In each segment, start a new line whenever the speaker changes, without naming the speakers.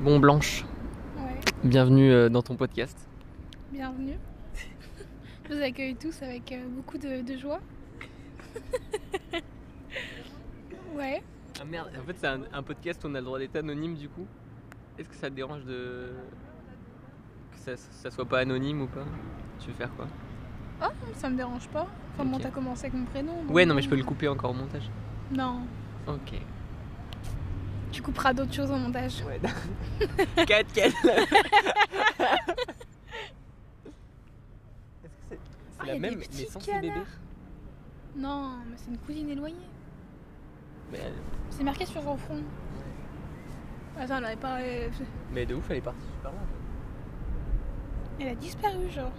Bon Blanche,
Ouais,
bienvenue euh, dans ton podcast.
bienvenue. Je vous accueille tous avec euh, beaucoup de, de joie. ouais,
Ah merde, en fait c'est un, un podcast où on a le droit d'être anonyme du coup. Est-ce que ça te dérange de... que ça, ça soit pas anonyme ou pas Tu veux faire quoi
ça me dérange pas. Enfin, bon,
Ok.
t'as commencé avec mon prénom. donc-
Ouais non mais je peux le couper encore au montage.
Non,
Ok.
tu couperas d'autres choses au montage.
Ouais. 4 4 Est-ce que c'est c'est
Ah, y a
la
des
même mais
petits
sans ses bébés
canards. Non, mais c'est une cousine éloignée.
mais, elle-
C'est marqué sur son front. Attends, elle avait pas. euh,
mais de ouf elle est partie super loin. en
Elle a disparu, genre.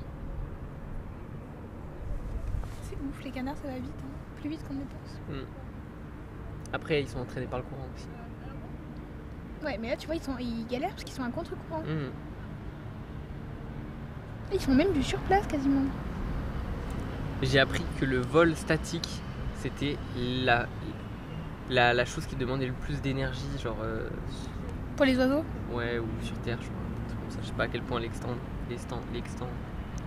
C'est ouf, les canards, ça va vite. hein. Plus vite qu'on ne pense.
fait. Après ils sont entraînés par le courant aussi.
Ouais, mais là, tu vois, ils, sont... ils galèrent parce qu'ils sont à contre-courant.
Hmm.
Ils font même du surplace quasiment.
J'ai appris que le vol statique, c'était la, la, la chose qui demandait le plus d'énergie, genre. euh,
Pour les oiseaux
ouais, ou sur Terre, je crois. un truc comme ça. Je sais pas à quel point l'extendre. L'extendre. L'extendre.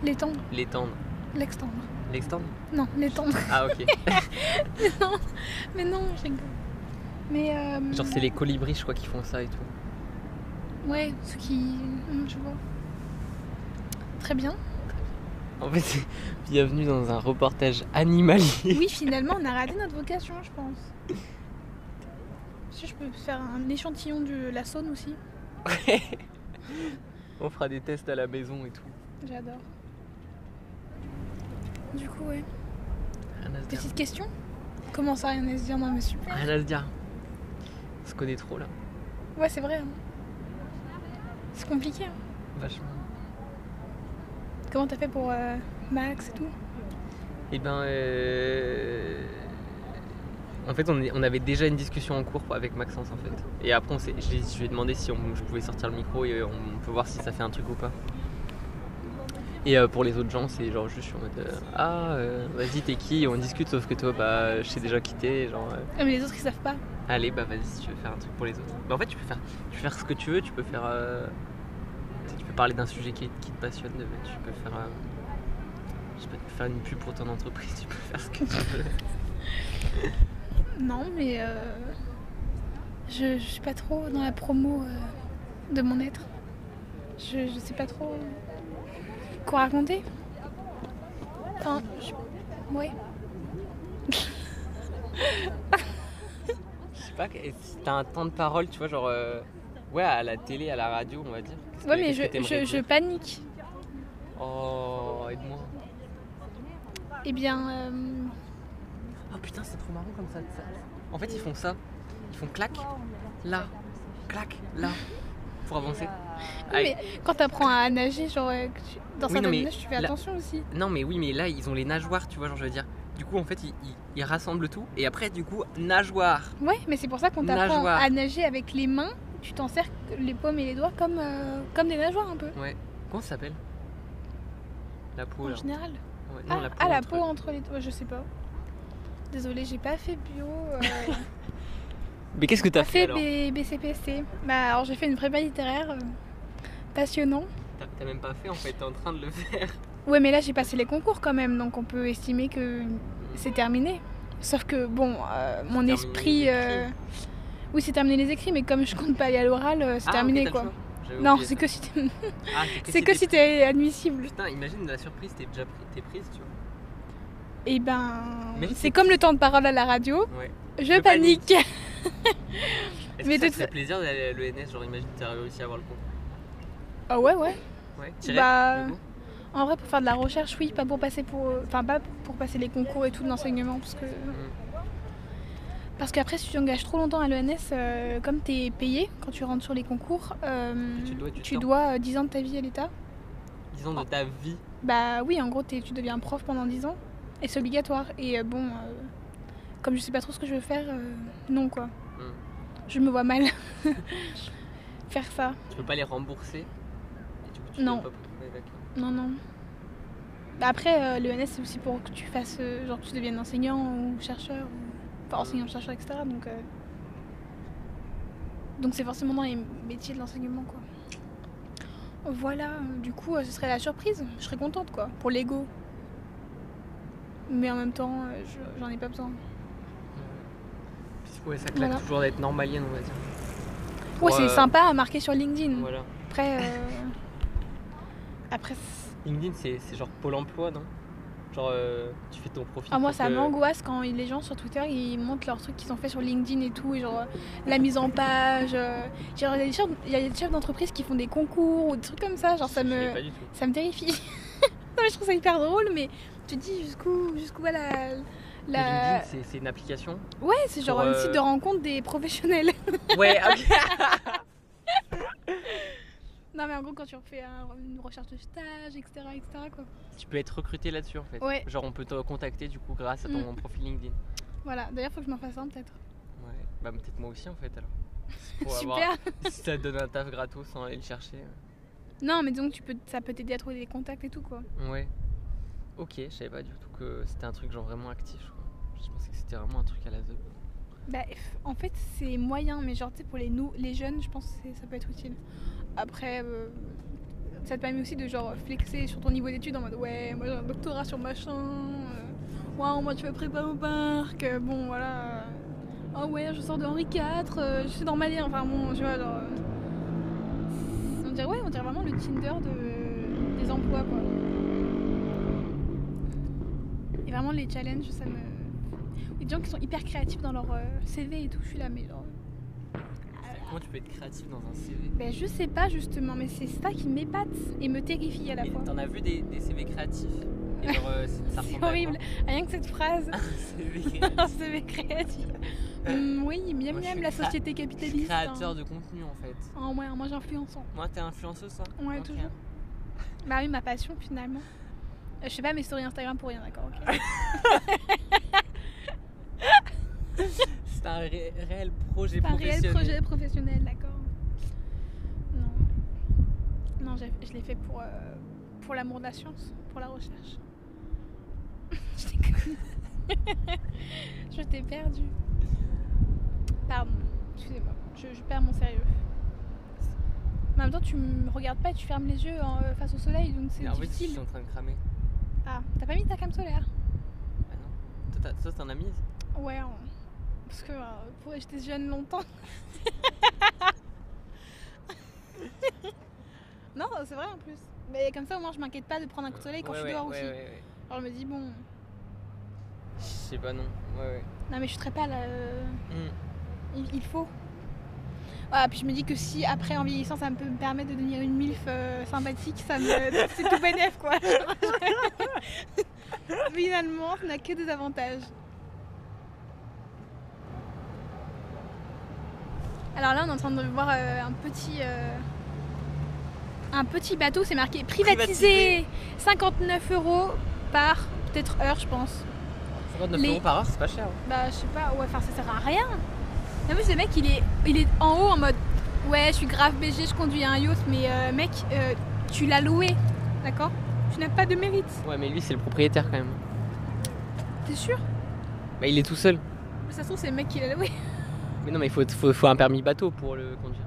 L'étendre.
L'étendre.
L'extendre.
L'extendre
Non, l'étendre.
Ah, ok.
non, mais non, je rigole. Mais. euh,
Genre, c'est les colibris, je crois, qui font ça et tout.
Ouais, ceux qui. Hum, Je vois. Très bien.
En fait, c'est- bienvenue dans un reportage animalier.
Oui, finalement, on a raté notre vocation, je pense. Si je peux faire un échantillon de la Saône aussi,
On fera des tests à la maison et tout.
j'adore. Du coup, ouais.
Rien à se dire.
Petite question Comment ça, rien à se dire Non, mais super.
Rien à se dire. On se connaît trop là.
Ouais, c'est vrai. hein. C'est compliqué. hein.
Vachement.
Comment t'as fait pour euh, Max et tout
Eh ben, euh, en fait, on, est- on avait déjà une discussion en cours avec Maxence, en fait. Et après, on s'est- je, lui- je lui ai demandé si on- je pouvais sortir le micro et on, peut voir si ça fait un truc ou pas. Et euh, pour les autres gens, c'est genre juste je suis en mode euh, ah euh, vas-y t'es qui Et on discute sauf que toi bah je t'ai déjà quitté genre euh,
Ah, mais les autres, ils savent pas.
allez bah vas-y si tu veux faire un truc pour les autres. Mais en fait tu peux faire tu peux faire ce que tu veux tu peux faire euh, tu sais, tu peux parler d'un sujet qui, qui te passionne mais tu peux faire euh, je sais pas tu peux faire une pub pour ton entreprise tu peux faire ce que tu veux.
Non, mais euh, je, je suis pas trop dans la promo euh, de mon être. Je, je sais pas trop euh, quoi raconter. Enfin, je- ouais.
Je sais pas, que- si t'as un temps de parole, tu vois, genre. euh, ouais, à la télé, à la radio, on va dire. Qu'est-ce
Ouais,
que-
mais
qu'est-ce
je,
que t'aimerais
je, je
dire
panique.
Oh, aide-moi.
Eh bien, euh,
Oh putain, c'est trop marrant comme ça, ça- En fait, ils font ça. Ils font clac, là, clac, là, pour avancer.
mais quand t'apprends à nager, genre, euh, que tu- dans
Oui, non,
certaines
mais
nages, tu fais
la-
attention aussi.
Non, mais oui, mais là, ils ont les nageoires, tu vois, genre, je veux dire. Du coup, en fait, ils, ils- ils rassemblent tout. Et après, du coup, nageoire.
Ouais, mais c'est pour ça qu'on t'apprend
Nageoire.
à nager avec les mains. Tu t'en sers les paumes et les doigts comme, euh, comme des nageoires un peu,
Comment ça s'appelle La peau,
en
là.
général.
Ouais,
Ah,
non,
ah, la
entre-
peau entre les doigts, je sais pas. Désolée, j'ai pas fait bio. euh, j'ai
Mais qu'est-ce que t'as
pas
fait
fait
alors
B- BCPC. Bah alors j'ai fait une prépa littéraire euh, passionnant.
T'as t'as même pas fait, en fait, t'es en train de le faire.
Ouais, mais là j'ai passé les concours quand même, donc on peut estimer que c'est terminé. Sauf que bon, euh, mon
terminé
esprit.
les écrits.
euh, Oui, c'est terminé les écrits, mais comme je compte pas aller à l'oral, euh, c'est
Ah, ok,
terminé
t'as le
quoi.
choix. J'avais
Non,
oublié
c'est
ça.
que si t'es-
Ah,
c'est que
t'es-
si t'es admissible.
Putain, imagine la surprise, t'es déjà pris- t'es prise, tu vois.
Et ben,
Même si
c'est comme le temps de parole à la radio.
Ouais.
Je,
Je panique.
panique.
Est-ce
Mais
que ça
de
te fait
toute-
plaisir d'aller à l'ENS Genre, imagine, t'as réussi à avoir le concours.
Ah ouais, ouais.
Ouais,
Bah,
du coup
En vrai, pour faire de la recherche, oui, pas pour passer pour, euh, enfin pas pour passer les concours et tout de l'enseignement, parce que
Mm.
parce qu'après, si tu t'engages trop longtemps à l'ENS, euh, comme tu es payé quand tu rentres sur les concours, euh,
Tu dois du
tu
temps.
dois euh, 10 ans de ta vie à l'État.
Disons
oh.
de ta vie.
Bah oui, en gros, t'es- tu deviens prof pendant 10 ans et c'est obligatoire. Et euh, bon, euh, comme je sais pas trop ce que je veux faire, euh, non quoi.
Mm.
Je me vois mal faire ça.
Tu peux pas les rembourser. Et du coup, tu
Non.
peux pas- ouais, d'accord.
Non, non. Bah Après, euh, l'ENS, c'est aussi pour que tu fasses, euh, genre, que tu deviennes enseignant ou chercheur, ou... enfin enseignant-chercheur, etc. Donc, euh, Donc c'est forcément dans les métiers de l'enseignement quoi. Voilà, euh, du coup euh, ce serait la surprise. Je serais contente quoi, pour l'ego. Mais en même temps, euh, je- j'en ai pas besoin.
Ouais, ça claque
Voilà.
toujours d'être normalienne, on va dire.
Ouais,
Pour,
c'est
euh,
sympa à marquer sur LinkedIn.
Voilà.
Après, euh, après, c'est-
LinkedIn, c'est c'est genre Pôle emploi, non Genre, euh, tu fais ton profil.
ah, moi
pour
ça
que-
m'angoisse quand les gens sur Twitter ils montrent leurs trucs qu'ils ont fait sur LinkedIn et tout, et genre la mise en page. euh, genre, il y a des chefs- il y a des chefs d'entreprise qui font des concours ou des trucs comme ça, genre ça
Je
me.
savais Pas du tout.
ça me terrifie. non mais je trouve ça hyper drôle, mais tu te dis jusqu'où jusqu'où va la...
Et
la-
LinkedIn, c'est- c'est une application
Ouais, c'est genre
Pour,
un
euh,
site de rencontre des professionnels.
Ouais, ok.
non mais en gros, quand tu fais un- une recherche de stage, etc., etc., quoi.
tu peux être recruté là-dessus en fait.
Ouais. Mm.
Genre, on peut te contacter du coup grâce à ton profil LinkedIn.
Voilà, d'ailleurs, faut que je m'en fasse un peut-être.
Ouais. Bah, peut-être moi aussi en fait alors. Pour avoir-
Super
si ça te donne un taf gratos sans aller le chercher.
Non, mais disons que tu peux, ça peut t'aider à trouver des contacts et tout, quoi.
Ouais. Ok, je savais pas du tout que c'était un truc genre vraiment actif. Quoi. Je pensais que c'était vraiment un truc à la zone.
Bah, f- en fait, c'est moyen, mais genre, tu sais, pour les, nous, les jeunes, je pense que c'est- ça peut être utile. Après, euh, ça te permet aussi de genre flexer sur ton niveau d'études en mode ouais, moi j'ai un doctorat sur machin, euh, waouh, moi tu me prépa au parc, euh, bon voilà. Oh ouais, je sors de Henri IV, euh, je suis dans Malien, enfin bon, tu vois, genre. euh, On dirait, ouais, on dirait vraiment le Tinder de, des emplois, quoi. Et vraiment, les challenges, ça me. Les gens qui sont hyper créatifs dans leur euh, CV et tout, je suis là, mais genre. Ah.
Comment tu peux être créatif dans un CV
Ben, je sais pas justement, mais c'est ça qui m'épate et me terrifie à la
Et
fois.
T'en as vu des, des CV créatifs Et genre, euh, c'est ça
C'est
ressemble à quoi
horrible. Rien que cette phrase,
Un CV
un
créatif.
CV créatif. Hum, oui, miam
Moi, je
miam,
suis créa-
la société
Je
capitaliste.
suis créateur
hein.
de contenu en fait.
Ah ouais, moi j'influence. hein.
Moi, t'es influenceuse, ça
Ouais,
Ok.
toujours. Bah oui, ma passion finalement. Euh, je fais pas mes stories Instagram pour rien, d'accord ok.
C'est un ré- réel projet
C'est un réel
professionnel.
projet professionnel, d'accord Non. Non, j'ai- je l'ai fait pour, euh, pour l'amour de la science, pour la recherche. je déconne. je t'ai perdu. Pardon, excusez-moi, je, je perds mon sérieux. Mais en même temps, tu me regardes pas, tu fermes les yeux en- euh, face au soleil, donc c'est
Mais En fait, je
difficile.
suis en train de cramer.
Ah, t'as pas mis ta cam solaire
Ah non. Toi, t'as- Toi, t'en as mis
Ouais, hein. parce que euh, pour j'étais jeune longtemps. non, c'est vrai en plus. Mais comme ça, au moins, je m'inquiète pas de prendre un coup de soleil quand
Ouais,
je suis
ouais,
dehors
ouais,
aussi.
ouais, ouais.
Alors, je me dis, bon.
Je sais pas, non. Ouais, ouais.
Non, mais je suis très pâle. euh,
Hmm.
il, il faut. Voilà, puis je me dis que si après en vieillissant ça peut me permettre de devenir une milf euh, sympathique, ça me c'est tout bénef quoi. Finalement, ça n'a que des avantages. Alors là, on est en train de voir euh, un petit euh, un petit bateau, c'est marqué privatisé,
Privatisé.
59 euros par peut-être heure, je pense.
59
Les-
euros par heure, c'est pas cher. hein.
Bah je sais pas, ouais, enfin ça sert à rien. En plus le mec il est, il est en haut en mode ouais je suis grave BG, je conduis un yacht mais euh, mec euh, tu l'as loué, d'accord Tu n'as pas de mérite,
Ouais, mais lui, c'est le propriétaire quand même.
t'es sûr
Bah, il est tout seul.
Mais Ça se trouve c'est le mec qui l'a loué.
Mais non, mais il faut, faut, faut un permis bateau pour le conduire.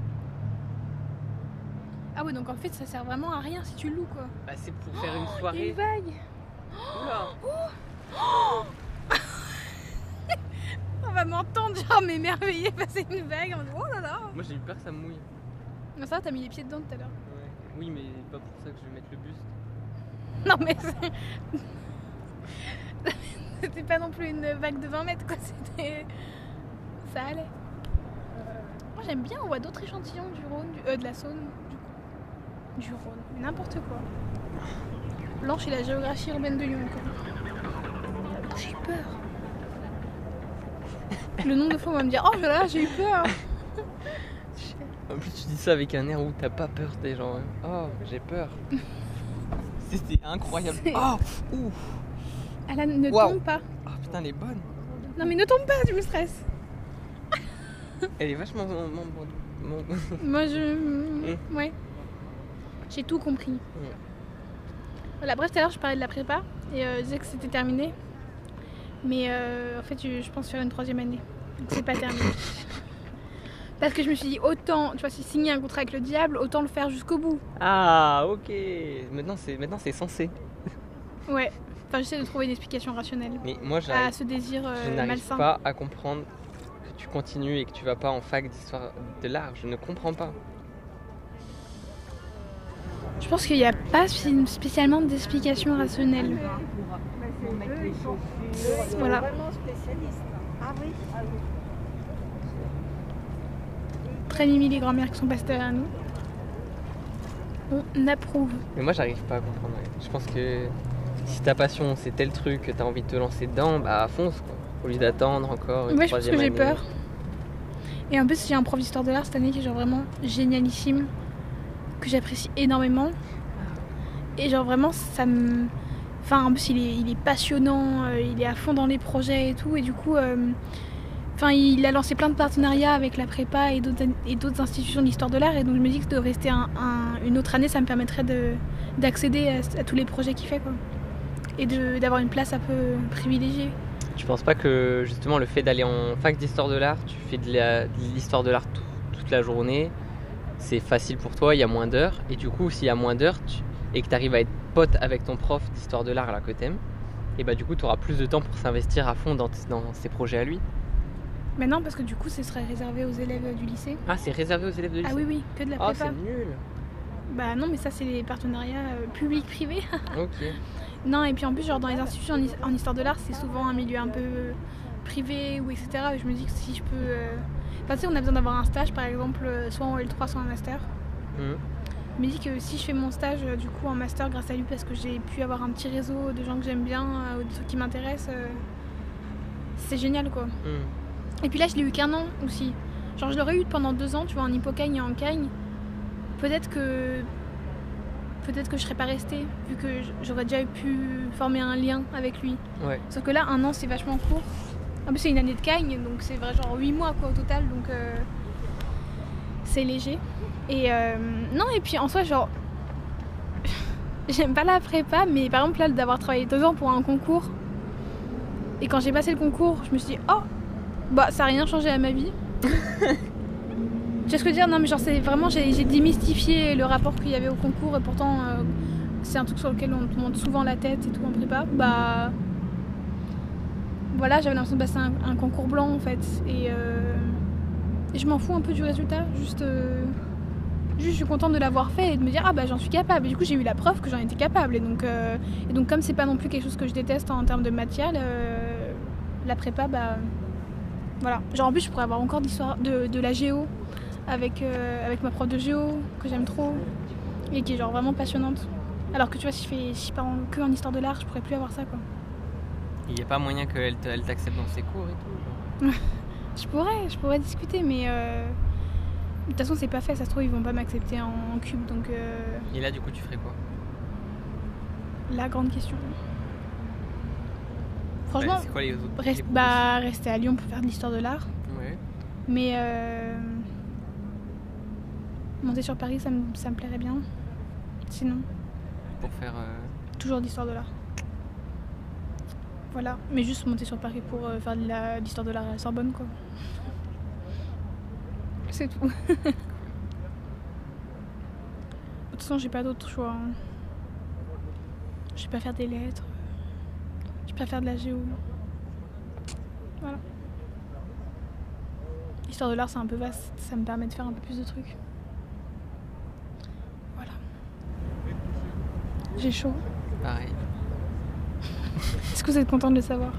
Ah ouais donc en fait ça sert vraiment à rien si tu le loues quoi.
Bah, c'est pour faire une
Oh, Il y a une
soirée.
vague
Oula.
On va m'entendre genre m'émerveiller passer une vague en mode oh là là
Moi, j'ai eu peur que ça me mouille.
Non ça va, t'as mis les pieds dedans tout à l'heure.
Oui, mais pas pour ça que je vais mettre le buste.
Non mais c'est- c'était pas non plus une vague de 20 mètres quoi, c'était ça allait. Moi j'aime bien, on voit d'autres échantillons du Rhône, du- euh, de la Saône, du coup. Du Rhône, mais n'importe quoi. Blanche et la géographie urbaine de Lyon quoi. J'ai eu peur. Le nombre de fois où on va me dire oh là là j'ai eu peur.
En plus, tu dis ça avec un air où t'as pas peur des gens. hein. Oh, j'ai peur. C'était incroyable.
C'est-
Oh, ouf.
Alan ne
Waouh.
tombe pas.
Oh putain, elle est bonne.
Non mais ne tombe pas, tu me stresses.
Elle est vachement. mon- mon- mon- mon-
Moi je.
Hmm.
Ouais. J'ai tout compris. Voilà, bref, tout à l'heure je parlais de la prépa et euh, je disais que c'était terminé. Mais euh, en fait, je, je pense faire une troisième année. Donc c'est pas terminé. Parce que je me suis dit, autant, tu vois, si signer un contrat avec le diable, autant le faire jusqu'au bout.
Ah, ok. Maintenant, c'est maintenant c'est censé.
Ouais. Enfin, j'essaie de trouver une explication rationnelle
Mais moi,
à
j'arrive-
ce désir euh,
je n'arrive
malsain.
pas à comprendre que tu continues et que tu vas pas en fac d'histoire de l'art. Je ne comprends pas.
Je pense qu'il n'y a pas spé- spécialement d'explication rationnelle. Voilà.
Vraiment spécialiste. Ah oui
Très mimi les grand-mères qui sont passées derrière nous. On approuve.
Mais moi, j'arrive pas à comprendre. ouais. Je pense que si ta passion, c'est tel truc, que t'as envie de te lancer dedans, bah fonce quoi. Au lieu d'attendre encore une
Moi, je pense
troisième
que j'ai
année.
peur. Et en plus, j'ai un prof d'histoire de l'art cette année qui est genre vraiment génialissime, que j'apprécie énormément. Et genre vraiment, ça me. Enfin, en plus, il est, il est passionnant, euh, il est à fond dans les projets et tout. Et du coup, euh, enfin, il a lancé plein de partenariats avec la prépa et d'autres et d'autres institutions de l'histoire de l'art. Et donc, je me dis que de rester un- un- une autre année, ça me permettrait de- d'accéder à, à tous les projets qu'il fait, quoi. Et de- d'avoir une place un peu privilégiée.
Tu penses pas que justement le fait d'aller en fac d'histoire de l'art, tu fais de la- de l'histoire de l'art tout- toute la journée, c'est facile pour toi, il y a moins d'heures, et du coup s'il y a moins d'heures tu- et que tu arrives à être pote avec ton prof d'histoire de l'art là que t'aimes, et bah du coup tu auras plus de temps pour s'investir à fond dans, t- dans ses projets à lui.
Mais non, parce que du coup, ce serait réservé aux élèves euh, du lycée.
Ah c'est réservé aux élèves de lycée.
Ah oui, oui, que de la
Oh
prépa.
c'est nul.
bah non, mais ça, c'est les partenariats euh, publics-privés.
Ok.
non, et puis en plus, genre dans les institutions en, his- en histoire de l'art, c'est souvent un milieu un peu euh, privé ou etc. Et je me dis que si je peux. euh, Enfin, tu sais, on a besoin d'avoir un stage, par exemple, euh, soit en L3, soit en master.
Mhm.
Je me dis que si je fais mon stage, euh, du coup, en master, grâce à lui, parce que j'ai pu avoir un petit réseau de gens que j'aime bien euh, ou de trucs qui m'intéressent, euh, c'est génial quoi.
Hmm.
Et puis là, je l'ai eu qu'un an aussi. Genre, je l'aurais eu pendant deux ans, tu vois, en hippocagne et en cagne. Peut-être que. Peut-être que je serais pas restée, vu que j- j'aurais déjà pu former un lien avec lui.
Ouais.
Sauf que là, un an, c'est vachement court. En plus, c'est une année de cagne, donc c'est vrai, genre huit mois quoi au total, donc. euh, c'est léger. Et euh, non, et puis en soi, genre. J'aime pas la prépa, mais par exemple, là, d'avoir travaillé deux ans pour un concours. Et quand j'ai passé le concours, je me suis dit, oh, bah, ça a rien changé à ma vie. tu sais ce que je veux dire Non, mais genre, c'est vraiment, j'ai j'ai démystifié le rapport qu'il y avait au concours, et pourtant, euh, c'est un truc sur lequel on te monte souvent la tête et tout en prépa. Bah. Voilà, j'avais l'impression de passer un, un concours blanc en fait. Et, euh, et je m'en fous un peu du résultat. Juste, euh, juste, je suis contente de l'avoir fait et de me dire, ah bah j'en suis capable. Et du coup, j'ai eu la preuve que j'en étais capable. Et donc, euh, et donc comme c'est pas non plus quelque chose que je déteste en termes de matière, euh, la prépa, bah. Voilà. Genre, en plus, je pourrais avoir encore d'histoire de, de la géo avec, euh, avec ma prof de géo que j'aime trop et qui est genre vraiment passionnante. Alors que tu vois, si je, fais, si je pars en- que en histoire de l'art, je pourrais plus avoir ça quoi.
Il n'y a pas moyen qu'elle t- elle t'accepte dans ses cours et tout.
Je pourrais, je pourrais discuter, mais euh, de toute façon, c'est pas fait. Ça se trouve, ils vont pas m'accepter en, en cube, donc euh,
Et là du coup tu ferais quoi
la grande question.
Bah,
Franchement,
C'est quoi les autres les
reste,
propositions
bah, rester à Lyon pour faire de l'histoire de l'art,
Ouais.
mais euh, monter sur Paris, ça me, ça me plairait bien. Sinon,
Pour faire. euh,
toujours d'histoire de l'art. Voilà, mais juste monter sur Paris pour euh, faire de la- de l'histoire de l'art à la Sorbonne, quoi. C'est tout. De toute façon, j'ai pas d'autre choix. hein. Je vais pas faire des lettres. Je vais pas faire de la géo. Voilà. L'histoire de l'art, c'est un peu vaste. Ça me permet de faire un peu plus de trucs. Voilà. J'ai chaud.
Pareil.
Est-ce que vous êtes content de le savoir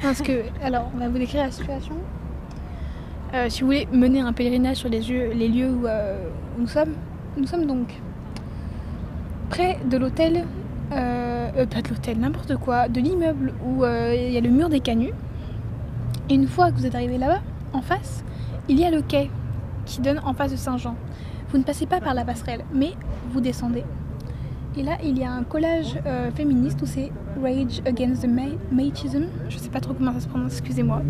Parce que, alors, on va vous décrire la situation. Euh, si vous voulez mener un pèlerinage sur les, lieux- les lieux où, euh, où nous sommes, nous sommes donc près de l'hôtel, euh, euh, pas de l'hôtel, n'importe quoi, de l'immeuble où euh, il y a le mur des canuts. Et une fois que vous êtes arrivé là-bas, en face, il y a le quai qui donne en face de Saint-Jean. Vous ne passez pas par la passerelle, mais vous descendez. Et là, il y a un collage euh, féministe où c'est Rage Against the Ma- Machism. Je sais pas trop comment ça se prononce, excusez-moi.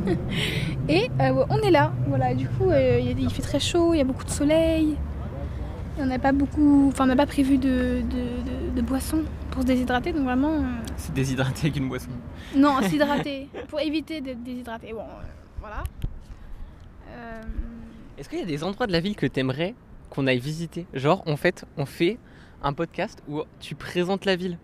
et euh, on est là, voilà. Du coup, euh, il y a des- il fait très chaud, il y a beaucoup de soleil. Et on n'a pas beaucoup, enfin, on n'a pas prévu de, de, de- de boisson pour se déshydrater, donc vraiment. euh,
C'est déshydraté avec une boisson.
non, s'hydrater. pour éviter d'être déshydraté. Bon, euh, voilà. Euh,
Est-ce qu'il y a des endroits de la ville que t'aimerais qu'on aille visiter Genre, en fait, on fait un podcast où tu présentes la ville.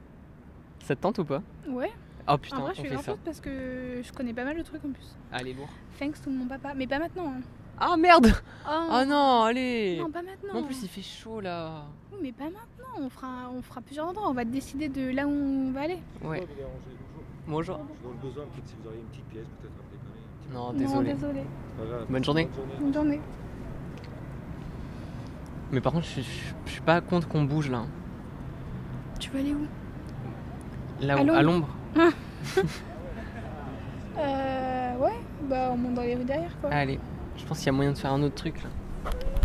Ça te tente ou pas
Ouais,
Oh putain,
en vrai,
on
je suis
fait
grave
ça.
forte parce que je connais pas mal de trucs en plus.
Allez, lourd.
Thanks to mon papa, mais pas maintenant. hein.
Ah merde
Oh,
Oh non, allez
non, pas maintenant.
En plus, il fait chaud là.
Oui, mais pas maintenant, on fera, on fera plusieurs endroits, on va décider de là où on va aller.
Ouais.
Bonjour, les dérangés, bonjour.
Bonjour.
Je suis dans le besoin, peut-être si vous auriez une petite pièce, peut-être à préparer. un petit peu.
Non,
Non,
désolé.
désolé.
Voilà,
Bonne journée.
Bonne journée.
Mais par contre, je, je- je suis pas contre qu'on bouge là.
Tu veux aller où
Là
À
où,
l'ombre.
à l'ombre.
Euh. Ouais, bah on monte dans les rues derrière quoi.
Ah, Allez, je pense qu'il y a moyen de faire un autre truc là.